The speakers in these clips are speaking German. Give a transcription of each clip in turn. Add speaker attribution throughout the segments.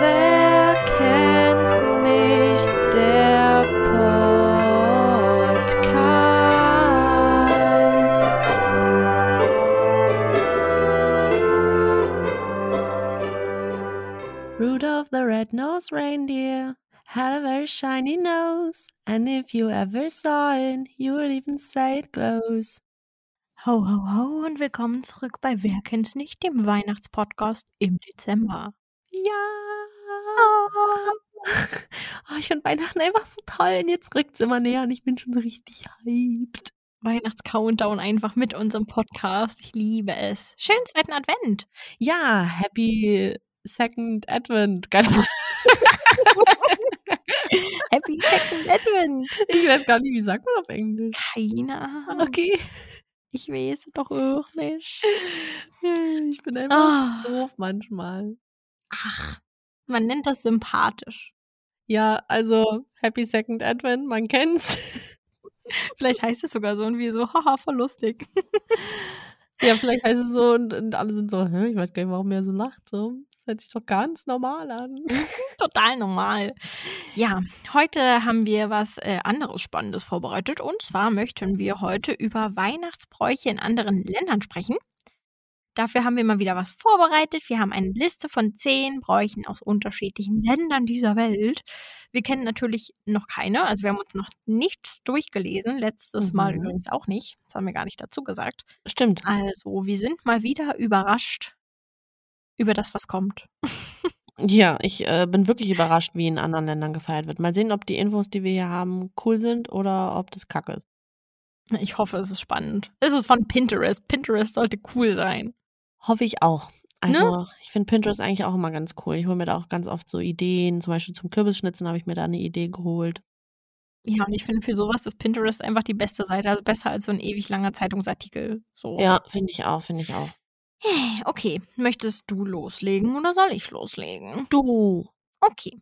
Speaker 1: Wer kennt's nicht? Der Podcast. Rudolph the Red-Nosed Reindeer had a very shiny nose, and if you ever saw it, you would even say it glows.
Speaker 2: Ho, ho, ho und willkommen zurück bei Wer kennt's nicht, dem Weihnachtspodcast im Dezember.
Speaker 1: Ja! Ah. Oh, ich finde Weihnachten einfach so toll. Und jetzt rückt es immer näher und ich bin schon so richtig hyped.
Speaker 2: Weihnachts-Countdown einfach mit unserem Podcast. Ich liebe es. Schönen zweiten Advent.
Speaker 1: Ja, happy second Advent. Keine Ahnung,
Speaker 2: Happy Second Advent.
Speaker 1: Ich weiß gar nicht, wie sagt man auf Englisch.
Speaker 2: Keine Ahnung.
Speaker 1: Okay.
Speaker 2: Ich weiß doch auch nicht.
Speaker 1: Ich bin einfach
Speaker 2: Ah,
Speaker 1: doof manchmal.
Speaker 2: man nennt das sympathisch.
Speaker 1: Ja, also happy second Advent, man kennt's.
Speaker 2: Vielleicht heißt es sogar so und wir so, haha, voll lustig.
Speaker 1: Ja, vielleicht heißt es so und, und alle sind so, "Hä, ich weiß gar nicht, warum er so lacht. So. Das hört sich doch ganz normal an.
Speaker 2: Total normal. Ja, heute haben wir was äh, anderes Spannendes vorbereitet. Und zwar möchten wir heute über Weihnachtsbräuche in anderen Ländern sprechen. Dafür haben wir mal wieder was vorbereitet. Wir haben eine Liste von zehn Bräuchen aus unterschiedlichen Ländern dieser Welt. Wir kennen natürlich noch keine, also wir haben uns noch nichts durchgelesen. Letztes Mal
Speaker 1: Mhm.
Speaker 2: übrigens auch nicht. Das haben wir gar nicht dazu gesagt.
Speaker 1: Stimmt.
Speaker 2: Also, wir sind mal wieder überrascht über das, was kommt.
Speaker 1: Ja, ich äh, bin wirklich überrascht, wie in anderen Ländern gefeiert wird. Mal sehen, ob die Infos, die wir hier haben, cool sind oder ob das kacke ist.
Speaker 2: Ich hoffe, es ist spannend. Es ist von Pinterest. Pinterest sollte cool sein.
Speaker 1: Hoffe ich auch.
Speaker 2: Ne?
Speaker 1: Also, ich finde Pinterest eigentlich auch immer ganz cool. Ich hole mir da auch ganz oft so Ideen. Zum Beispiel zum Kürbisschnitzen habe ich mir da eine Idee geholt.
Speaker 2: Ja, und ich finde, für sowas ist Pinterest einfach die beste Seite. Also besser als so ein ewig langer Zeitungsartikel. So.
Speaker 1: Ja, finde ich auch, finde ich auch.
Speaker 2: Okay, möchtest du loslegen oder soll ich loslegen?
Speaker 1: Du.
Speaker 2: Okay.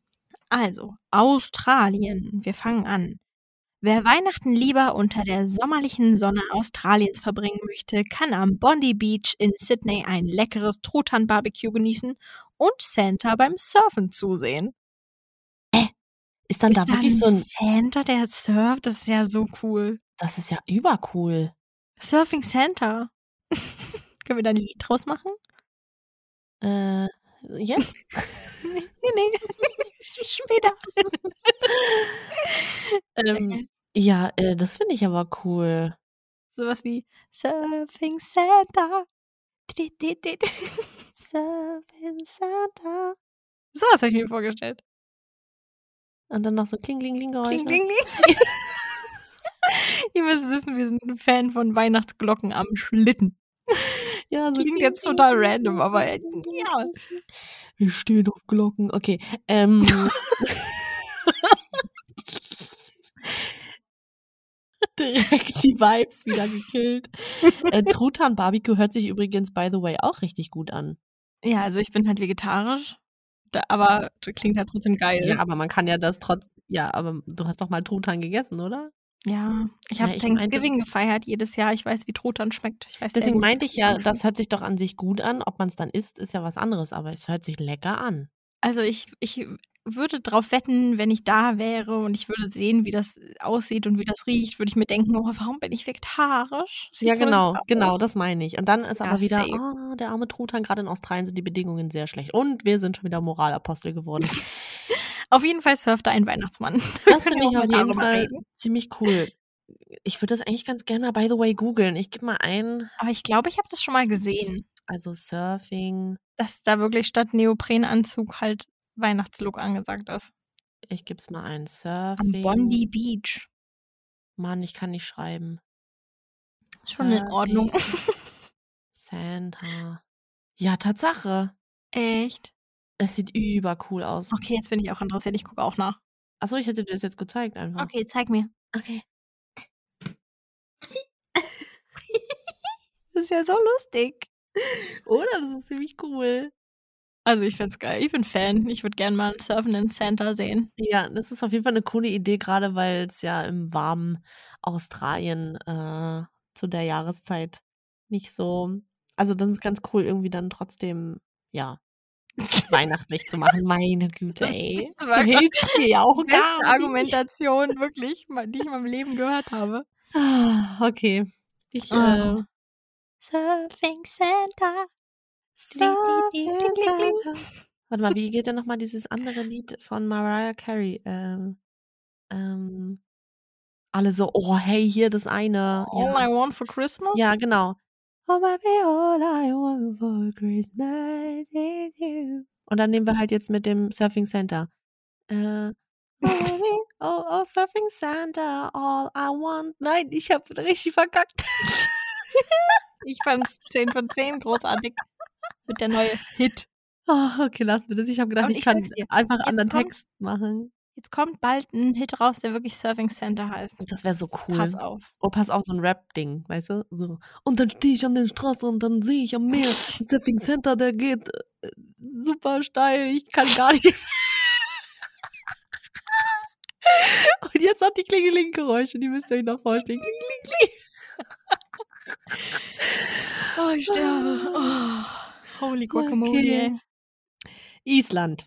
Speaker 2: Also, Australien. Wir fangen an. Wer Weihnachten lieber unter der sommerlichen Sonne Australiens verbringen möchte, kann am Bondi Beach in Sydney ein leckeres Truthahn-Barbecue genießen und Santa beim Surfen zusehen.
Speaker 1: Ist dann
Speaker 2: ist
Speaker 1: da wirklich so ein.
Speaker 2: Center, der surft? Das ist ja so cool.
Speaker 1: Das ist ja übercool.
Speaker 2: Surfing Center. Können wir da ein Lied draus machen?
Speaker 1: Äh, jetzt?
Speaker 2: Nee, nee. Später.
Speaker 1: ähm, ja, äh, das finde ich aber cool.
Speaker 2: Sowas wie Surfing Center. Di, di, di, di.
Speaker 1: Surfing Santa.
Speaker 2: Sowas habe ich mir vorgestellt.
Speaker 1: Und dann noch so kling, kling, kling Geräusche.
Speaker 2: Kling, kling, kling. Ihr müsst wissen, wir sind ein Fan von Weihnachtsglocken am Schlitten.
Speaker 1: Ja, so kling,
Speaker 2: Klingt jetzt
Speaker 1: kling,
Speaker 2: total
Speaker 1: kling,
Speaker 2: random,
Speaker 1: kling,
Speaker 2: aber
Speaker 1: kling,
Speaker 2: äh,
Speaker 1: kling, kling,
Speaker 2: ja.
Speaker 1: kling, kling. Wir stehen auf Glocken. Okay. Ähm, direkt die Vibes wieder gekillt. Äh, Truthahn Barbecue hört sich übrigens, by the way, auch richtig gut an.
Speaker 2: Ja, also ich bin halt vegetarisch, da, aber das klingt halt trotzdem geil.
Speaker 1: Ja, aber man kann ja das trotz. Ja, aber du hast doch mal Truthahn gegessen, oder?
Speaker 2: Ja, ich
Speaker 1: Ja,
Speaker 2: habe
Speaker 1: ich meinte-
Speaker 2: Thanksgiving gefeiert jedes Jahr. Ich weiß, wie Truthahn schmeckt. Ich weiß sehr
Speaker 1: Deswegen
Speaker 2: gut, wie
Speaker 1: meinte ich ja,
Speaker 2: Truthahn schmeckt.
Speaker 1: das hört sich doch an sich gut an. Ob man es dann isst, ist ja was anderes, aber es hört sich lecker an.
Speaker 2: Also ich, ich würde drauf wetten, wenn ich da wäre und ich würde sehen, wie das aussieht und wie das riecht, würde ich mir denken, oh, warum bin ich vegetarisch? Sieht
Speaker 1: Ja,
Speaker 2: so
Speaker 1: genau,
Speaker 2: lecker
Speaker 1: genau,
Speaker 2: aus.
Speaker 1: das meine ich. Und dann ist
Speaker 2: Ja,
Speaker 1: aber wieder,
Speaker 2: safe.
Speaker 1: ah, der arme Truthahn, gerade in Australien sind die Bedingungen sehr schlecht. Und wir sind schon wieder Moralapostel geworden.
Speaker 2: Auf jeden Fall surft da ein Weihnachtsmann.
Speaker 1: Das
Speaker 2: können
Speaker 1: finde
Speaker 2: ja
Speaker 1: ich auf
Speaker 2: auch mal
Speaker 1: jeden
Speaker 2: darüber
Speaker 1: Fall
Speaker 2: reden.
Speaker 1: ziemlich cool. Ich würde das eigentlich ganz gerne mal, by the way, googeln. Ich gebe mal ein,
Speaker 2: Aber ich glaube, ich habe das schon mal gesehen,
Speaker 1: also Surfing,
Speaker 2: dass da wirklich statt Neoprenanzug halt Weihnachtslook angesagt ist.
Speaker 1: ich gebe es mal ein,
Speaker 2: Am
Speaker 1: Surfing.
Speaker 2: Bondi Beach.
Speaker 1: Mann, ich kann nicht schreiben.
Speaker 2: Ist schon in Ordnung.
Speaker 1: Santa. Ja, Tatsache.
Speaker 2: Echt?
Speaker 1: Es sieht übercool aus.
Speaker 2: Okay, jetzt bin ich auch interessiert. Ich gucke auch nach.
Speaker 1: Achso, ich hätte dir das jetzt gezeigt einfach.
Speaker 2: Ah. Okay, zeig mir.
Speaker 1: okay.
Speaker 2: Das ist ja so lustig.
Speaker 1: Oder? Das ist ziemlich cool.
Speaker 2: Also ich find's geil. Ich bin Fan. Ich würde gerne mal einen surfenden Santa sehen.
Speaker 1: Ja, das ist auf jeden Fall eine coole Idee, gerade weil es ja im warmen Australien äh, zu der Jahreszeit nicht so. Also, das ist ganz cool, irgendwie dann trotzdem, ja, weihnachtlich zu machen. Meine Güte, ey.
Speaker 2: Das
Speaker 1: Du
Speaker 2: war die
Speaker 1: hilfst mir ja auch gar
Speaker 2: beste
Speaker 1: nicht.
Speaker 2: Argumentation, wirklich, mal- die ich in meinem Leben gehört habe.
Speaker 1: Ah, Okay. Ich, äh,
Speaker 2: Ah. Surfing Santa.
Speaker 1: Surfer,
Speaker 2: Ding, ding, ding, ding, ding.
Speaker 1: Surfer. Warte mal, wie geht denn nochmal dieses andere Lied von Mariah Carey? Ähm, ähm, alle so, oh hey, hier das eine.
Speaker 2: All
Speaker 1: Ja,
Speaker 2: Oh, I want for Christmas?
Speaker 1: ja genau. Oh baby, all I want for Christmas is you. Und dann nehmen wir halt jetzt mit dem Surfing Center. Äh, oh, baby, oh, oh, Surfing Center, all I want. Nein, ich habe richtig verkackt.
Speaker 2: Ich fand's 10 von 10 großartig. Mit der neue Hit.
Speaker 1: Ah, okay, lass bitte. Ich habe gedacht,
Speaker 2: Und
Speaker 1: ich,
Speaker 2: ich
Speaker 1: kann
Speaker 2: sag's dir,
Speaker 1: einfach
Speaker 2: jetzt
Speaker 1: anderen
Speaker 2: kommt-
Speaker 1: Text machen.
Speaker 2: Jetzt kommt bald ein Hit raus, der wirklich Surfing Center heißt.
Speaker 1: Das wäre so cool.
Speaker 2: Pass auf.
Speaker 1: Oh, pass auf, so ein Rap-Ding, weißt du? So. Und dann stehe ich an der Straße und dann sehe ich am Meer ein Surfing Center, der geht äh, super steil. Ich kann gar nicht. und jetzt hat die Klingeling-Geräusche, die müsst ihr euch noch vorstellen.
Speaker 2: Oh, ich Oh.
Speaker 1: sterbe.
Speaker 2: holy
Speaker 1: guacamole, ey. Island.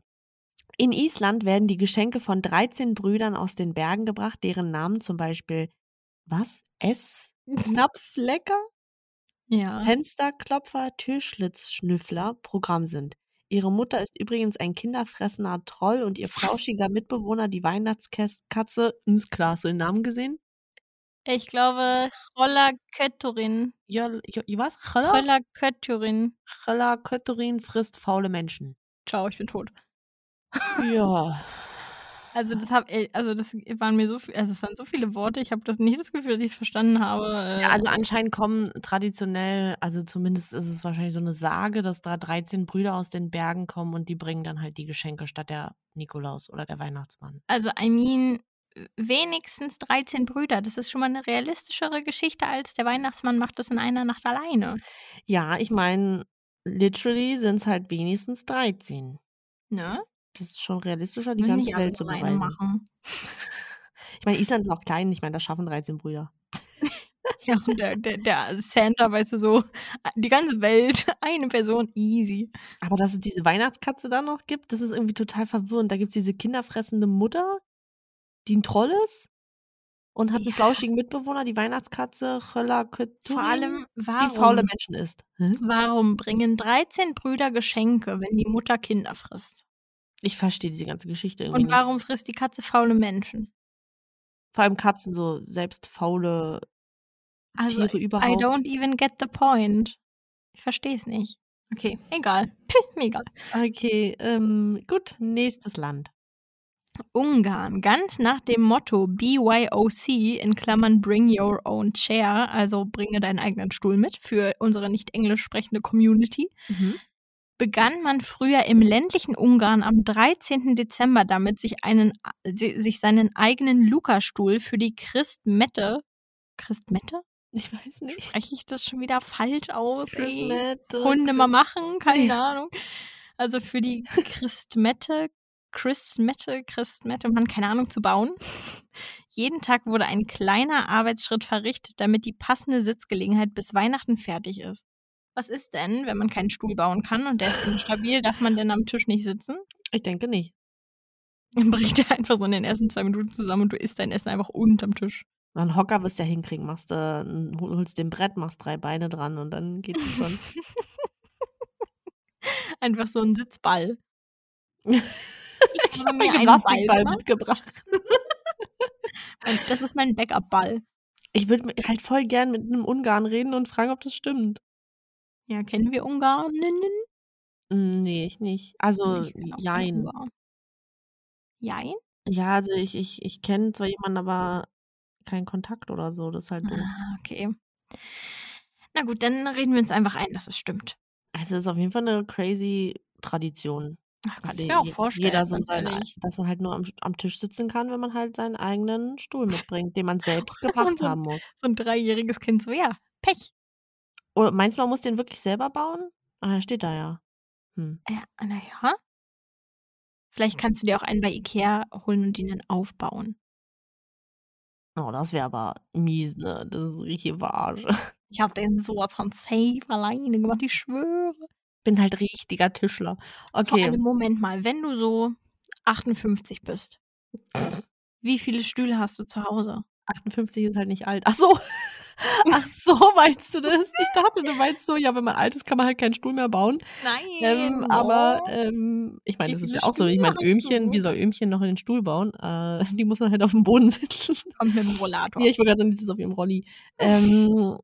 Speaker 1: In Island werden die Geschenke von 13 Brüdern aus den Bergen gebracht, deren Namen zum Beispiel was? S? Knapflecker?
Speaker 2: Ja.
Speaker 1: Fensterklopfer, Türschlitzschnüffler Programm sind. Ihre Mutter ist übrigens ein kinderfressender Troll und ihr flauschiger Mitbewohner, die Weihnachtskatze, ins klar, hast du den Namen gesehen?
Speaker 2: Ich glaube, Rolla Kötturin.
Speaker 1: Ja, ja, was? Chöller?
Speaker 2: Rolla Kötturin.
Speaker 1: Chöller Kötterin frisst faule Menschen.
Speaker 2: Ciao, ich bin tot.
Speaker 1: Ja.
Speaker 2: Also das hab, ey, also das waren mir so viel, also es waren so viele Worte, ich habe das nicht das Gefühl, dass ich verstanden habe. Äh,
Speaker 1: Ja, also anscheinend kommen traditionell, also zumindest ist es wahrscheinlich so eine Sage, dass da 13 Brüder aus den Bergen kommen und die bringen dann halt die Geschenke statt der Nikolaus oder der Weihnachtsmann.
Speaker 2: also I mean, wenigstens 13 Brüder. Das ist schon mal eine realistischere Geschichte als der Weihnachtsmann macht das in einer Nacht alleine.
Speaker 1: Ja, ich meine, literally sind es halt wenigstens 13.
Speaker 2: Ne?
Speaker 1: Das ist schon realistischer, die
Speaker 2: Müssen
Speaker 1: ganze
Speaker 2: nicht alle
Speaker 1: Welt zu bereisen.
Speaker 2: alleine machen.
Speaker 1: Ich meine, Island ist auch klein, ich meine, da schaffen 13 Brüder.
Speaker 2: Ja, und der, der, der Santa, weißt du, so, die ganze Welt, eine Person, easy.
Speaker 1: Aber dass es diese Weihnachtskatze da noch gibt, das ist irgendwie total verwirrend. Da gibt es diese kinderfressende Mutter, die ein Troll ist und hat einen
Speaker 2: Ja.
Speaker 1: flauschigen Mitbewohner, die Weihnachtskatze, Chöller,
Speaker 2: Vor allem,
Speaker 1: die faule
Speaker 2: warum,
Speaker 1: Menschen isst. Hä?
Speaker 2: warum bringen 13 Brüder Geschenke, wenn die Mutter Kinder frisst?
Speaker 1: Ich verstehe diese ganze Geschichte irgendwie
Speaker 2: Und warum frisst die Katze faule Menschen?
Speaker 1: nicht. Vor allem Katzen, so selbst faule
Speaker 2: Also,
Speaker 1: Tiere
Speaker 2: I
Speaker 1: überhaupt.
Speaker 2: don't even get the point. Ich verstehe es nicht. Okay, egal. Mir egal.
Speaker 1: Okay, ähm, gut, nächstes Land.
Speaker 2: Ungarn, ganz nach dem Motto BYOC in Klammern Bring Your Own Chair, also bringe deinen eigenen Stuhl mit für unsere nicht englisch sprechende Community, begann man früher im ländlichen Ungarn am 13. Dezember damit, sich, einen, si- sich seinen eigenen Luca-Stuhl für die Christmette, Christmette?
Speaker 1: Ich weiß nicht.
Speaker 2: Spreche ich das schon wieder falsch aus? Ey?
Speaker 1: Christmette,
Speaker 2: Hunde mal machen, keine
Speaker 1: Ja.
Speaker 2: Ahnung. Also für die Christmette, Christmette, Christmette, Mann, keine Ahnung, zu bauen. Jeden Tag wurde ein kleiner Arbeitsschritt verrichtet, damit die passende Sitzgelegenheit bis Weihnachten fertig ist. Was ist denn, wenn man keinen Stuhl bauen kann und der ist instabil, darf man denn am Tisch nicht sitzen?
Speaker 1: Ich denke nicht.
Speaker 2: Dann bricht er einfach so in den ersten zwei Minuten zusammen und du isst dein Essen einfach unterm Tisch.
Speaker 1: Einen Hocker wirst du ja hinkriegen. Machst, äh, ein- hol- holst den Brett, machst drei Beine dran und dann geht es schon.
Speaker 2: Einfach so ein Sitzball.
Speaker 1: ich
Speaker 2: habe
Speaker 1: habe
Speaker 2: mir
Speaker 1: mir einen
Speaker 2: einen
Speaker 1: Gymnastikball
Speaker 2: Ball
Speaker 1: mitgebracht.
Speaker 2: Und das ist mein Backup-Ball.
Speaker 1: Ich würde halt voll gern mit einem Ungarn reden und fragen, ob das stimmt.
Speaker 2: Ja, kennen wir Ungarn?
Speaker 1: Mm, Nee, ich nicht. Also,
Speaker 2: Ich kenn auch keine
Speaker 1: jein.
Speaker 2: Ungarn. Äh, Jein?
Speaker 1: Ja, also ich, ich, ich kenne zwar jemanden, aber keinen Kontakt oder so. Das ist halt doof.
Speaker 2: Ah, okay. Na gut, dann reden wir uns einfach ein, dass es stimmt.
Speaker 1: Also, es ist auf jeden Fall eine crazy Tradition.
Speaker 2: Ach, kann
Speaker 1: dass
Speaker 2: ich
Speaker 1: je-
Speaker 2: mir auch
Speaker 1: je-
Speaker 2: vorstellen.
Speaker 1: Jeder so sein,
Speaker 2: natürlich.
Speaker 1: dass man halt nur am, am Tisch sitzen kann, wenn man halt seinen eigenen Stuhl mitbringt, den man selbst gebracht
Speaker 2: so ein-
Speaker 1: haben muss.
Speaker 2: So ein dreijähriges Kind so, ja, Pech.
Speaker 1: Oder meinst du, man muss den wirklich selber bauen? Ah, er steht da ja. Hm.
Speaker 2: Äh, Ja, naja. Vielleicht kannst du dir auch einen bei Ikea holen und ihn dann aufbauen.
Speaker 1: Oh, das wäre aber mies, ne? Das ist richtig Verarsche.
Speaker 2: Ich habe den sowas von safe alleine gemacht, ich schwöre.
Speaker 1: Bin halt richtiger Tischler.
Speaker 2: Vor
Speaker 1: Okay.
Speaker 2: allem, Moment mal, wenn du so 58 bist, wie viele Stühle hast du zu Hause?
Speaker 1: 58 ist halt nicht alt. Ach so. Ach so, meinst du das? Ich dachte, du meinst so, ja, wenn man alt ist, kann man halt keinen Stuhl mehr bauen. Ähm,
Speaker 2: Nein.
Speaker 1: aber
Speaker 2: oh.
Speaker 1: ähm, ich meine,
Speaker 2: Wie
Speaker 1: das ist
Speaker 2: viele
Speaker 1: ja auch so. Ich
Speaker 2: Stühle
Speaker 1: meine,
Speaker 2: hast
Speaker 1: Öhmchen,
Speaker 2: du?
Speaker 1: wie soll Öhmchen noch in den Stuhl bauen? Äh, die muss dann halt auf dem Boden sitzen.
Speaker 2: Kommt mit dem Rollator.
Speaker 1: ja, ich wollte gerade sagen, die sitzt auf ihrem Rolli. Ähm,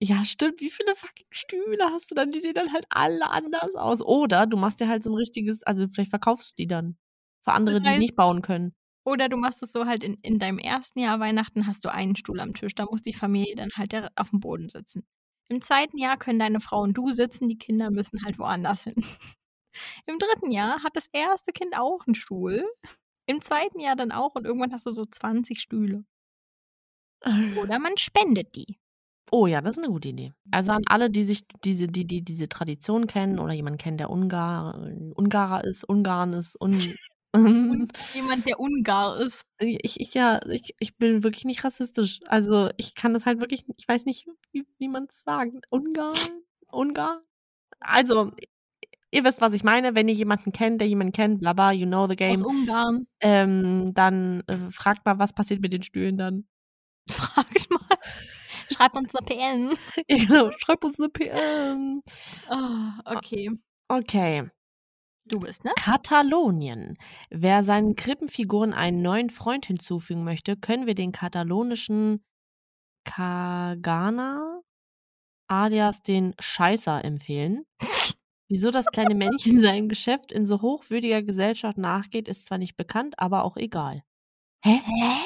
Speaker 1: ja, stimmt. Wie viele fucking Stühle hast du dann? Die sehen dann halt alle anders aus. Oder du machst dir halt so ein richtiges, also vielleicht verkaufst du die dann. Für andere,
Speaker 2: Das
Speaker 1: die nicht
Speaker 2: heißt,
Speaker 1: bauen können.
Speaker 2: oder du machst es so halt in, in deinem ersten Jahr Weihnachten hast du einen Stuhl am Tisch, da muss die Familie dann halt der- auf dem Boden sitzen. Im zweiten Jahr können deine Frau und du sitzen, die Kinder müssen halt woanders hin. Im dritten Jahr hat das erste Kind auch einen Stuhl. Im zweiten Jahr dann auch und irgendwann hast du so 20 Stühle. Oder man spendet die.
Speaker 1: Oh ja, das ist eine gute Idee. Also an alle, die sich diese, die, die diese Tradition kennen oder jemanden kennen, der Ungar, äh, Ungarer ist, Ungarn ist, un,
Speaker 2: Und jemand, der Ungar ist.
Speaker 1: ich, ich, ja, ich, ich bin wirklich nicht rassistisch. Also ich kann das halt wirklich, ich weiß nicht, wie, wie man es sagt. Ungarn? Ungar? Also, ihr wisst, was ich meine. Wenn ihr jemanden kennt, der jemanden kennt, bla bla, you know the
Speaker 2: Aus
Speaker 1: game,
Speaker 2: Ungarn.
Speaker 1: ähm, dann äh, fragt mal, was passiert mit den Stühlen dann.
Speaker 2: Frag ich mal. Schreib uns eine PN.
Speaker 1: Ja, genau, schreibt uns eine PM.
Speaker 2: Oh, okay.
Speaker 1: Okay.
Speaker 2: Du bist, ne?
Speaker 1: Katalonien. Wer seinen Krippenfiguren einen neuen Freund hinzufügen möchte, können wir den katalonischen Kagana alias den Scheißer empfehlen. Wieso das kleine Männchen seinem Geschäft in so hochwürdiger Gesellschaft nachgeht, ist zwar nicht bekannt, aber auch egal. Hä?
Speaker 2: Hä?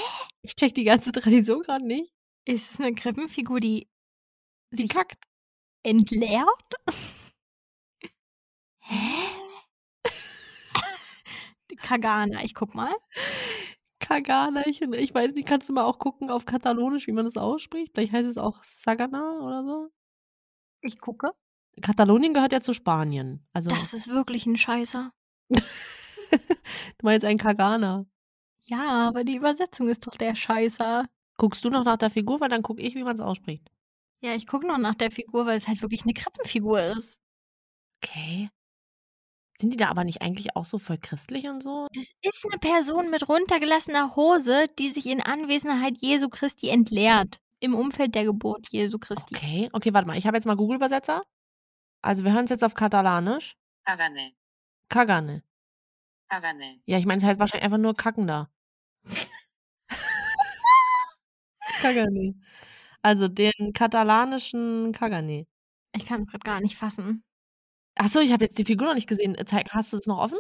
Speaker 1: Ich check die ganze Tradition gerade nicht.
Speaker 2: Ist es eine Krippenfigur, die
Speaker 1: Sie
Speaker 2: sich
Speaker 1: kackt.
Speaker 2: entleert? Hä? Die Kagana, ich guck mal.
Speaker 1: Kagana, ich, ich weiß nicht, kannst du mal auch gucken auf Katalonisch, wie man das ausspricht? Vielleicht heißt es auch Sagana oder so.
Speaker 2: Ich gucke.
Speaker 1: Katalonien gehört ja zu Spanien. Also
Speaker 2: Das ist wirklich ein Scheißer.
Speaker 1: Du meinst einen Kagana.
Speaker 2: Ja, aber die Übersetzung ist doch der Scheißer.
Speaker 1: Guckst du noch nach der Figur, weil dann gucke ich, wie man es ausspricht.
Speaker 2: Ja, ich gucke noch nach der Figur, weil es halt wirklich eine Krippenfigur ist.
Speaker 1: Okay. Sind die da aber nicht eigentlich auch so voll christlich und so?
Speaker 2: Das ist eine Person mit runtergelassener Hose, die sich in Anwesenheit Jesu Christi entleert. Im Umfeld der Geburt Jesu Christi.
Speaker 1: Okay, okay, warte mal. Ich habe jetzt mal Google-Übersetzer. Also wir hören es jetzt auf Katalanisch.
Speaker 3: Pagane,
Speaker 1: Kagane.
Speaker 3: pagane,
Speaker 1: Ja, ich meine, es heißt wahrscheinlich einfach nur Kackender. Kagane. Also den katalanischen Kagane.
Speaker 2: Ich kann es gerade gar nicht fassen.
Speaker 1: Achso, ich habe jetzt die Figur noch nicht gesehen. Zeig- Hast du es noch offen?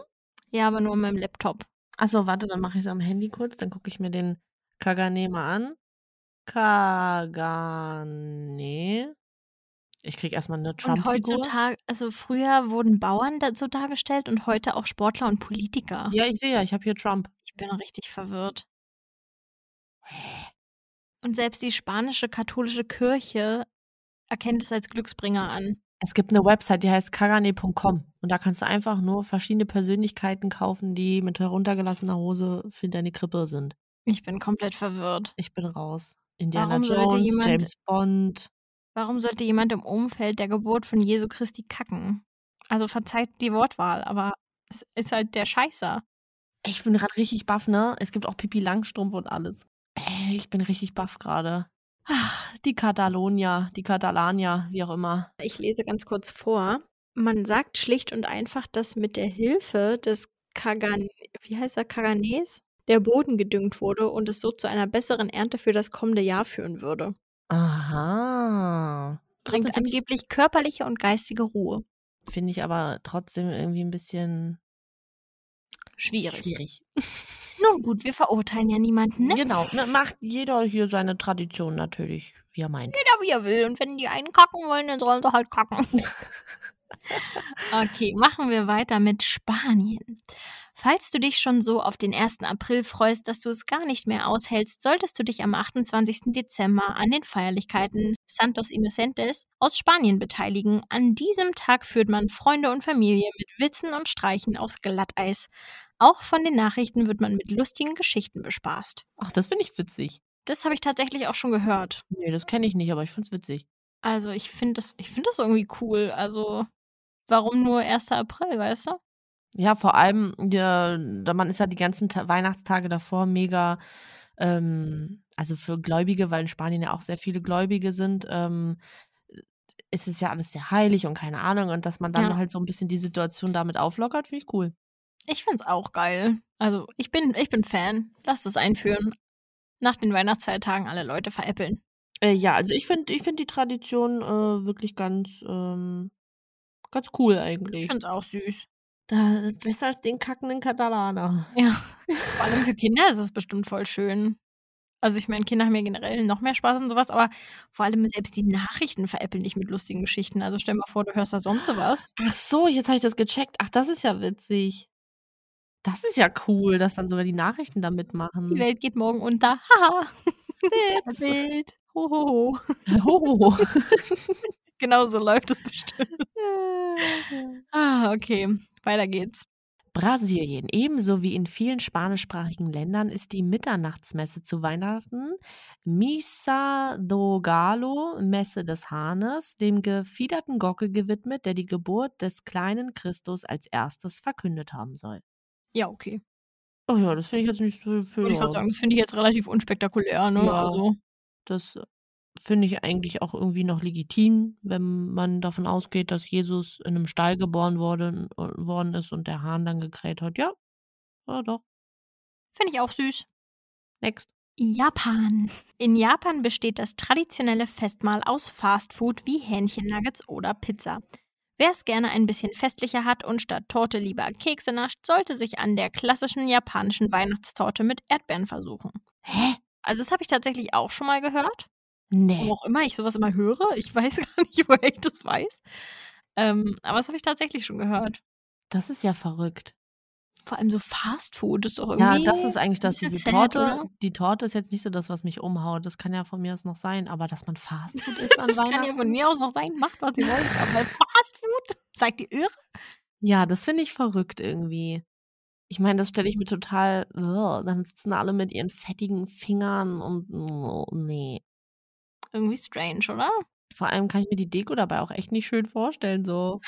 Speaker 2: Ja, aber nur in meinem Laptop.
Speaker 1: Achso, warte, dann mache ich es am Handy kurz. Dann gucke ich mir den Kagane mal an. Kagane. Ich krieg erstmal eine
Speaker 2: Und
Speaker 1: Trump-Figur.
Speaker 2: heutzutage, also früher wurden Bauern da so dargestellt und heute auch Sportler und Politiker.
Speaker 1: Ja, ich sehe ja, ich habe hier Trump.
Speaker 2: Ich bin richtig verwirrt. Und selbst die spanische katholische Kirche erkennt es als Glücksbringer an.
Speaker 1: Es gibt eine Website, die heißt kagane.com. Und da kannst du einfach nur verschiedene Persönlichkeiten kaufen, die mit heruntergelassener Hose für deine Krippe sind.
Speaker 2: Ich bin komplett verwirrt.
Speaker 1: Ich bin raus. Indiana
Speaker 2: Warum sollte
Speaker 1: Jones,
Speaker 2: jemand-
Speaker 1: James Bond.
Speaker 2: Warum sollte jemand im Umfeld der Geburt von Jesu Christi kacken? Also verzeiht die Wortwahl, aber es ist halt der Scheißer.
Speaker 1: Ich bin gerade richtig baff, ne? Es gibt auch Pipi Langstrumpf und alles. Ey, Ich bin richtig baff gerade. Ach, Die Katalonia, die Katalania, wie auch immer.
Speaker 2: Ich lese ganz kurz vor. Man sagt schlicht und einfach, dass mit der Hilfe des Kagan, wie heißt er, Kaganes, der Boden gedüngt wurde und es so zu einer besseren Ernte für das kommende Jahr führen würde.
Speaker 1: Aha. Trotzdem
Speaker 2: Bringt
Speaker 1: finde ich,
Speaker 2: angeblich körperliche und geistige Ruhe.
Speaker 1: find ich aber trotzdem irgendwie ein bisschen
Speaker 2: Schwierig.
Speaker 1: schwierig.
Speaker 2: Nun gut, wir verurteilen ja niemanden, ne?
Speaker 1: Genau, ne, macht jeder hier seine Tradition natürlich, wie er meint.
Speaker 2: Jeder wie er will. Und wenn die einen kacken wollen, dann sollen sie halt kacken. okay, machen wir weiter mit Spanien. Falls du dich schon so auf den 1. April freust, dass du es gar nicht mehr aushältst, solltest du dich am 28. Dezember an den Feierlichkeiten Santos Inocentes aus Spanien beteiligen. An diesem Tag führt man Freunde und Familie mit Witzen und Streichen aufs Glatteis. Auch von den Nachrichten wird man mit lustigen Geschichten bespaßt.
Speaker 1: Ach, das finde ich witzig. Ne,
Speaker 2: Das habe ich tatsächlich auch schon gehört.
Speaker 1: Nee, das kenne ich nicht, aber ich finde es witzig.
Speaker 2: Also ich finde das, ich finde das irgendwie cool. Also Warum nur 1. April, weißt du?
Speaker 1: Ja, vor allem, ja, da man ist ja die ganzen Ta Weihnachtstage davor mega ähm, also für Gläubige, weil in Spanien ja auch sehr viele Gläubige sind, ähm, ist es ja alles sehr heilig und keine Ahnung. Und dass man dann
Speaker 2: Ja.
Speaker 1: halt so 'n bisschen die Situation damit auflockert, finde ich cool.
Speaker 2: Ich finde es auch geil. Also, ich bin ich bin Fan. Lasst es einführen. Nach den Weihnachtsfeiertagen alle Leute veräppeln.
Speaker 1: Äh, ja, also ich finde ich finde die Tradition, äh, wirklich ganz, ähm ganz cool
Speaker 2: Ich
Speaker 1: eigentlich.
Speaker 2: finde es auch süß.
Speaker 1: Da besser als den kackenden Katalaner.
Speaker 2: Ja, vor allem für Kinder ist es bestimmt voll schön. Also, ich meine, Kinder haben ja generell noch mehr Spaß an so was, aber vor allem selbst die Nachrichten veräppeln dich mit lustigen Geschichten. Also, stell mal vor, du hörst da sonst so was.
Speaker 1: Ach so, jetzt habe ich das gecheckt. Ach, das ist ja witzig. Das ist ja cool, dass dann sogar die Nachrichten da
Speaker 2: Die
Speaker 1: mitmachen.
Speaker 2: Welt geht morgen unter. Haha.
Speaker 1: Witz. Oh.
Speaker 2: Wild. Hohoho.
Speaker 1: Hohoho.
Speaker 2: Genau so läuft es bestimmt.
Speaker 1: Äh.
Speaker 2: Ah, okay. Weiter geht's.
Speaker 1: Brasilien. Ebenso wie in vielen spanischsprachigen Ländern ist die Mitternachtsmesse zu Weihnachten Missa do Galo, Messe des Hahnes, dem gefiederten Gockel gewidmet, der die Geburt des kleinen Christus als erstes verkündet haben soll.
Speaker 2: Ja, okay.
Speaker 1: Oh ja, das finde ich jetzt nicht so für
Speaker 2: Wollte ich grad
Speaker 1: ja.
Speaker 2: sagen, das finde ich jetzt relativ unspektakulär, ne?
Speaker 1: Ja,
Speaker 2: Also
Speaker 1: das finde ich eigentlich auch irgendwie noch legitim, wenn man davon ausgeht, dass Jesus in 'nem Stall geboren worden äh, worden ist und der Hahn dann gekräht hat. Ja, ja doch.
Speaker 2: Finde ich auch süß.
Speaker 1: Next.
Speaker 2: Japan. In Japan besteht das traditionelle Festmahl aus Fastfood wie Hähnchennuggets oder Pizza. Wer es gerne ein bisschen festlicher hat und statt Torte lieber Kekse nascht, sollte sich an der klassischen japanischen Weihnachtstorte mit Erdbeeren versuchen.
Speaker 1: Hä?
Speaker 2: Also, das habe ich tatsächlich auch schon mal gehört. Warum
Speaker 1: Ne.
Speaker 2: auch immer ich so was immer höre. Ich weiß gar nicht, woher ich das weiß. Ähm, aber das habe ich tatsächlich schon gehört.
Speaker 1: Das ist ja verrückt.
Speaker 2: Vor allem so Fastfood ist doch
Speaker 1: Ja,
Speaker 2: irgendwie
Speaker 1: das ist eigentlich
Speaker 2: ‘n
Speaker 1: das
Speaker 2: bisschen
Speaker 1: Oh, diese
Speaker 2: sad,
Speaker 1: Torte
Speaker 2: oder?
Speaker 1: die Torte ist jetzt nicht so das, was mich umhaut. Das kann ja von mir aus noch sein, aber dass man Fastfood isst an
Speaker 2: Das kann ja von
Speaker 1: Weihnachten?
Speaker 2: mir aus noch sein. Macht, was ihr wollt. Aber Fastfood? Seid ihr irre?
Speaker 1: Ja, das finde ich verrückt irgendwie. Ich meine, das stelle ich mir total dann sitzen alle mit ihren fettigen Fingern und ne.
Speaker 2: Irgendwie strange, oder?
Speaker 1: Vor allem kann ich mir die Deko dabei auch echt nicht schön vorstellen so.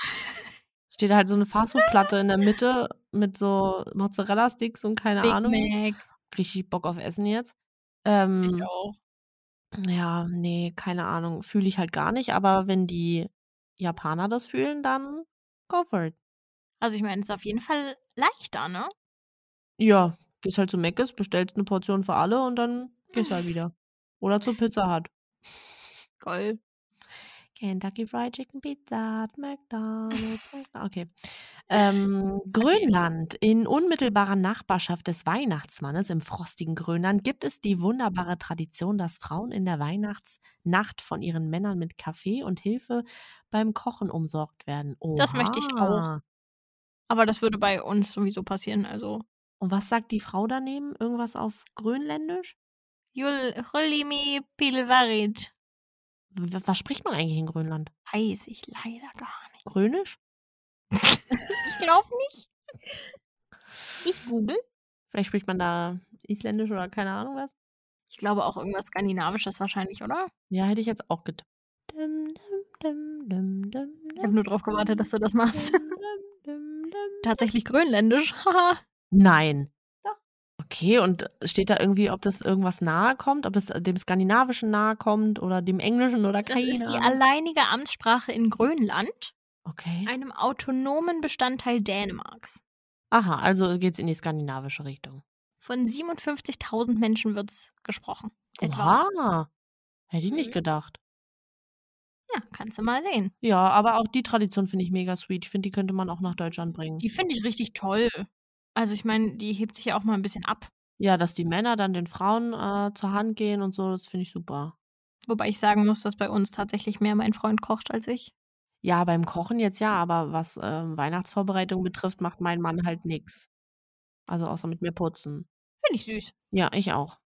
Speaker 1: Steht halt so 'ne Fastfood-Platte in der Mitte mit so Mozzarella-Sticks und keine
Speaker 2: Big
Speaker 1: Ahnung.
Speaker 2: Mac.
Speaker 1: Richtig Bock auf Essen jetzt.
Speaker 2: Ich
Speaker 1: Ähm
Speaker 2: auch.
Speaker 1: Ja, ne, keine Ahnung, fühle ich halt gar nicht, aber wenn die Japaner das fühlen, dann go for it.
Speaker 2: Also, ich meine, ist auf jeden Fall leichter, ne?
Speaker 1: Ja, gehst halt zu Mc's, bestellst 'ne Portion für alle und dann gehst halt wieder. Oder zu Pizza Hut.
Speaker 2: Goll.
Speaker 1: Kentucky Fried Chicken Pizza Hut, McDonald's, McDo okay. Ähm,
Speaker 2: Okay.
Speaker 1: Grönland. In unmittelbarer Nachbarschaft des Weihnachtsmannes im frostigen Grönland gibt es die wunderbare Tradition, dass Frauen in der Weihnachtsnacht von ihren Männern mit Kaffee und Hilfe beim Kochen umsorgt werden.
Speaker 2: Das möchte ich auch.
Speaker 1: Oha.
Speaker 2: Aber das würde bei uns sowieso passieren, also
Speaker 1: Und was sagt die Frau daneben? Irgendwas auf Grönländisch?
Speaker 2: Jul Julimi Pillvarit.
Speaker 1: W was spricht man eigentlich in Grönland?
Speaker 2: Weiß ich leider gar nicht.
Speaker 1: Grönisch?
Speaker 2: Ich glaube nicht. Ich google.
Speaker 1: Vielleicht spricht man da Isländisch oder keine Ahnung was?
Speaker 2: Ich glaube auch irgendwas Skandinavisches wahrscheinlich, oder?
Speaker 1: Ja, hätte ich jetzt auch getippt. Düm, düm, düm, düm, düm,
Speaker 2: Ich habe nur drauf gewartet, dass
Speaker 1: düm,
Speaker 2: du das machst.
Speaker 1: düm, düm, düm, düm, düm.
Speaker 2: Tatsächlich grönländisch. Haha.
Speaker 1: Nein.
Speaker 2: Doch.
Speaker 1: Okay, und steht da irgendwie, ob das irgendwas nahe kommt, ob das dem Skandinavischen nahe kommt oder dem Englischen oder
Speaker 2: Das ist
Speaker 1: keine
Speaker 2: die
Speaker 1: Ahnung?
Speaker 2: alleinige Amtssprache in Grönland,
Speaker 1: Okay.
Speaker 2: einem autonomen Bestandteil Dänemarks.
Speaker 1: Aha, also geht's in die skandinavische Richtung.
Speaker 2: Von 57.000 Menschen wird's gesprochen, etwa.
Speaker 1: Oha, hätte ich nicht
Speaker 2: Mhm.
Speaker 1: gedacht.
Speaker 2: Ja, kannst du mal sehen.
Speaker 1: Ja, aber auch die Tradition finde ich mega sweet. Ich finde, die könnte man auch nach Deutschland bringen.
Speaker 2: Die finde ich richtig toll. Also, ich meine, die hebt sich ja auch mal 'n bisschen ab.
Speaker 1: Ja, dass die Männer dann den Frauen, äh, zur Hand gehen und so, das finde ich super.
Speaker 2: Wobei ich sagen muss, dass bei uns tatsächlich mehr mein Freund kocht als ich.
Speaker 1: Ja, beim Kochen jetzt ja, aber was, ähm, Weihnachtsvorbereitung betrifft, macht mein Mann halt nix. Also, außer mit mir putzen.
Speaker 2: Finde ich süß.
Speaker 1: Ja, ich auch.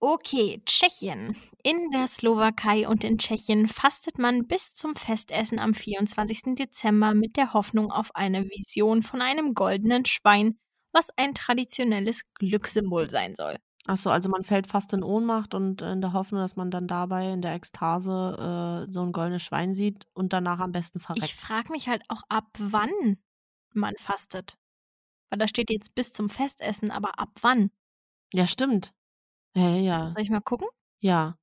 Speaker 2: Okay, Tschechien. In der Slowakei und in Tschechien fastet man bis zum Festessen am 24. Dezember mit der Hoffnung auf eine Vision von einem goldenen Schwein, was ein traditionelles Glückssymbol sein soll.
Speaker 1: Ach so, also man fällt fast in Ohnmacht und in der Hoffnung, dass man dann dabei in der Ekstase, äh, so 'n goldenes Schwein sieht und danach am besten
Speaker 2: Ich
Speaker 1: verreckt.
Speaker 2: frage mich halt auch, ab wann man fastet. Weil da steht jetzt bis zum Festessen, aber ab wann?
Speaker 1: Ja, stimmt. Ja, ja, ja.
Speaker 2: Soll ich mal gucken?
Speaker 1: Ja,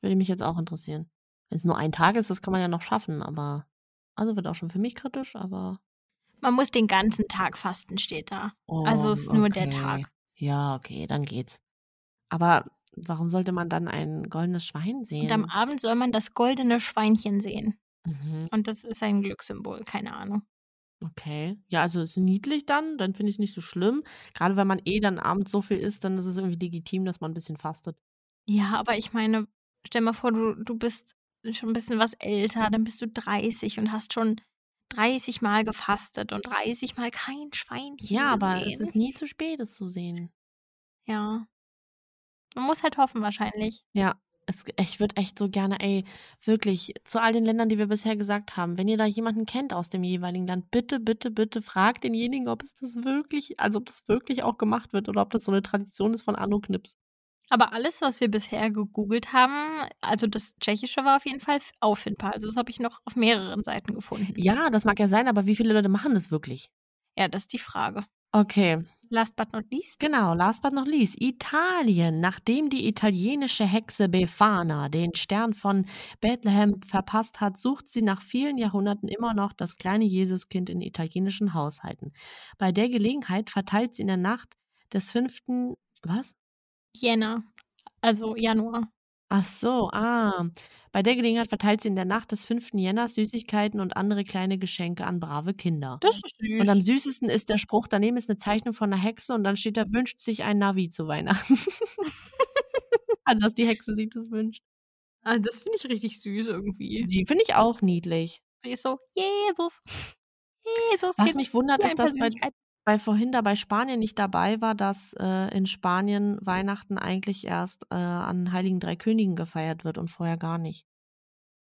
Speaker 1: würde mich jetzt auch interessieren. Wenn's nur ein Tag ist, das kann man ja noch schaffen, aber also wird auch schon für mich kritisch, aber
Speaker 2: Man muss den ganzen Tag fasten, steht da. Also,
Speaker 1: Oh,
Speaker 2: ist nur der
Speaker 1: okay.
Speaker 2: Tag.
Speaker 1: Ja, okay, dann geht's. Aber warum sollte man dann ein goldenes Schwein
Speaker 2: Und am
Speaker 1: sehen?
Speaker 2: Abend soll man das goldene Schweinchen sehen.
Speaker 1: Mhm.
Speaker 2: Und das ist ein Glückssymbol, keine Ahnung.
Speaker 1: Okay. Ja, also ist niedlich dann, dann finde ich's nicht so schlimm. Grade wenn man eh dann abends so viel isst, dann ist es irgendwie legitim, dass man 'n bisschen fastet.
Speaker 2: Ja, aber ich meine, stell mal vor, du du bist schon 'n bisschen was älter, dann bist du 30 und hast schon 30 Mal gefastet und 30 Mal kein Schweinchen
Speaker 1: Ja, aber es
Speaker 2: gesehen.
Speaker 1: ist nie zu spät, es zu sehen.
Speaker 2: Ja. Man muss halt hoffen wahrscheinlich.
Speaker 1: Ja, es ich würde echt so gerne ey, wirklich zu all den Ländern, die wir bisher gesagt haben, wenn ihr da jemanden kennt aus dem jeweiligen Land, bitte, bitte, bitte fragt denjenigen, ob es das wirklich also, ob das wirklich auch gemacht wird oder ob das so 'ne Tradition ist von Anno Knips.
Speaker 2: Aber alles, was wir bisher gegoogelt haben also, das Tschechische war auf jeden Fall f auffindbar. Also, das habe ich noch auf mehreren Seiten gefunden.
Speaker 1: Ja, das mag ja sein, aber wie viele Leute machen das wirklich?
Speaker 2: Ja, das ist die Frage.
Speaker 1: Okay.
Speaker 2: Last but not least.
Speaker 1: Genau, last but not least, Italien. Nachdem die italienische Hexe Befana den Stern von Bethlehem verpasst hat, sucht sie nach vielen Jahrhunderten immer noch das kleine Jesuskind in italienischen Haushalten. Bei der Gelegenheit verteilt sie in der Nacht des 5. was?
Speaker 2: Jänner, also Januar.
Speaker 1: Ach so, ah. Bei der Gelegenheit verteilt sie in der Nacht des 5. Jänners Süßigkeiten und andere kleine Geschenke an brave Kinder.
Speaker 2: Das ist
Speaker 1: Und am
Speaker 2: süß.
Speaker 1: süßesten ist der Spruch, daneben ist 'ne Zeichnung von 'ner Hexe und dann steht da: „Wünscht sich ein Navi zu Weihnachten.“ Also, dass die Hexe sich das wünscht.
Speaker 2: Ah, das finde ich richtig süß irgendwie.
Speaker 1: Die finde ich auch niedlich.
Speaker 2: Sie ist so: „Jesus,
Speaker 1: Was
Speaker 2: Jesuskind,
Speaker 1: mich wundert,
Speaker 2: hier
Speaker 1: ist,
Speaker 2: ein paar
Speaker 1: dass bei
Speaker 2: Süßigkeiten.“
Speaker 1: bei vorhin da bei Spanien nicht dabei war, dass, äh, in Spanien Weihnachten eigentlich erst, äh, an Heiligen 3 Königen gefeiert wird und vorher gar nicht.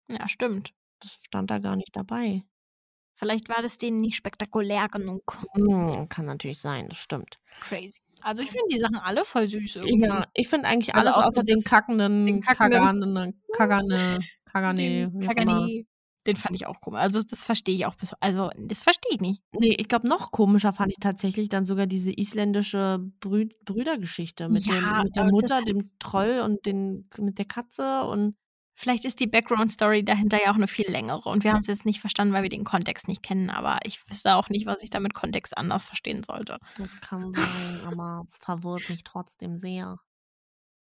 Speaker 2: Ja, stimmt.
Speaker 1: Das stand da gar nicht dabei.
Speaker 2: Vielleicht war das denen nicht spektakulär genug.
Speaker 1: Hm, kann natürlich sein, das stimmt.
Speaker 2: Crazy. Also, ich finde die Sachen alle voll süß irgendwie.
Speaker 1: Ja, ich finde eigentlich
Speaker 2: Also,
Speaker 1: alles
Speaker 2: außer
Speaker 1: außer den
Speaker 2: das den
Speaker 1: kackenden
Speaker 2: kackenden
Speaker 1: Kagane Kagane Kagane,
Speaker 2: den
Speaker 1: wie auch immer.
Speaker 2: Kagane, den fand ich auch komisch. Also, das verstehe ich auch bis also, das verstehe ich nicht.
Speaker 1: Ne, ich glaube, noch komischer fand ich tatsächlich dann sogar diese isländische Brü Brüdergeschichte mit dem
Speaker 2: Ja,
Speaker 1: mit der
Speaker 2: aber das
Speaker 1: Mutter,
Speaker 2: hat
Speaker 1: dem Troll und den mit der Katze und
Speaker 2: Vielleicht ist die Background-Story dahinter ja auch 'ne viel längere und wir haben's jetzt nicht verstanden, weil wir den Kontext nicht kennen, aber ich wüsste auch nicht, was ich da mit Kontext anders verstehen sollte.
Speaker 1: Das kann sein, aber es verwirrt mich trotzdem sehr.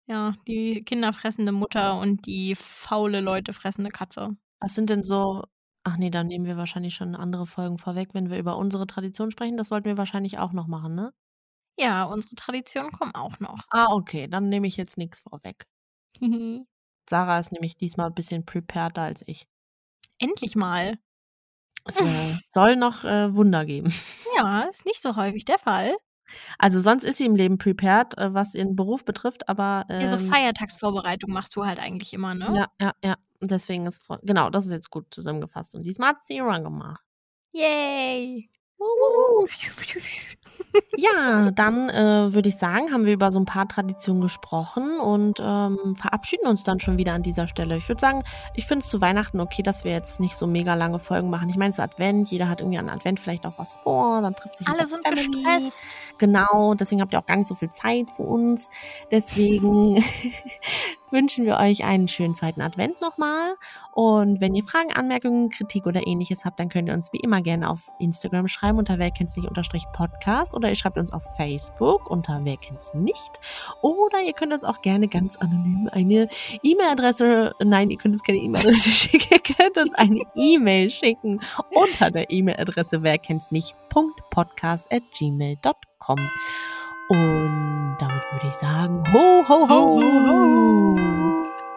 Speaker 2: Ja, die kinderfressende Mutter und die faule Leute fressende Katze.
Speaker 1: Was sind denn so ach ne, da nehmen wir wahrscheinlich schon andere Folgen vorweg, wenn wir über unsere Tradition sprechen. Das wollten wir wahrscheinlich auch noch machen, ne?
Speaker 2: Ja, unsere Traditionen kommen auch noch.
Speaker 1: Ah, okay, dann nehme ich jetzt nix vorweg.
Speaker 2: Mhm.
Speaker 1: Sarah ist nämlich diesmal 'n bisschen prepareder als ich.
Speaker 2: Endlich mal.
Speaker 1: Es, äh, soll noch, äh, Wunder geben.
Speaker 2: Ja, ist nicht so häufig der Fall.
Speaker 1: Also, sonst ist sie im Leben prepared, äh, was ihren Beruf betrifft, aber,
Speaker 2: Ja, so
Speaker 1: ähm
Speaker 2: Feiertagsvorbereitung machst du halt eigentlich immer, ne?
Speaker 1: Ja, ja, ja. Und deswegen ist voll genau, das ist jetzt gut zusammengefasst. Und diesmal hat's Sarah gemacht.
Speaker 2: Yay.
Speaker 1: Wuhu.
Speaker 2: Wuhu.
Speaker 1: Ja, dann, äh, würde ich sagen, haben wir über so 'n paar Traditionen gesprochen und, ähm, verabschieden uns dann schon wieder an dieser Stelle. Ich würde sagen, ich finde es zu Weihnachten okay, dass wir jetzt nicht so mega lange Folgen machen. Ich meine, es ist Advent, jeder hat irgendwie an Advent vielleicht auch was vor, dann trifft sich mit der
Speaker 2: Alle sind
Speaker 1: Family.
Speaker 2: gestresst.
Speaker 1: Genau, deswegen habt ihr auch gar nicht so viel Zeit für uns. Deswegen wünschen wir euch einen schönen 2. Advent noch mal und wenn ihr Fragen, Anmerkungen, Kritik oder Ähnliches habt, dann könnt ihr uns wie immer gerne auf Instagram schreiben unter werkennt's-nicht_podcast oder ihr schreibt uns auf Facebook unter werkennt's-nicht oder ihr könnt uns auch gerne ganz anonym eine E-Mail-Adresse nein, ihr könnt uns keine E-Mail-Adresse schicken, ihr könnt uns eine E-Mail schicken unter der E-Mail-Adresse werkennt's-nicht.podcast@gmail.com. Und damit würde ich sagen: Ho, ho,
Speaker 2: Ho, ho,
Speaker 1: ho.
Speaker 2: ho.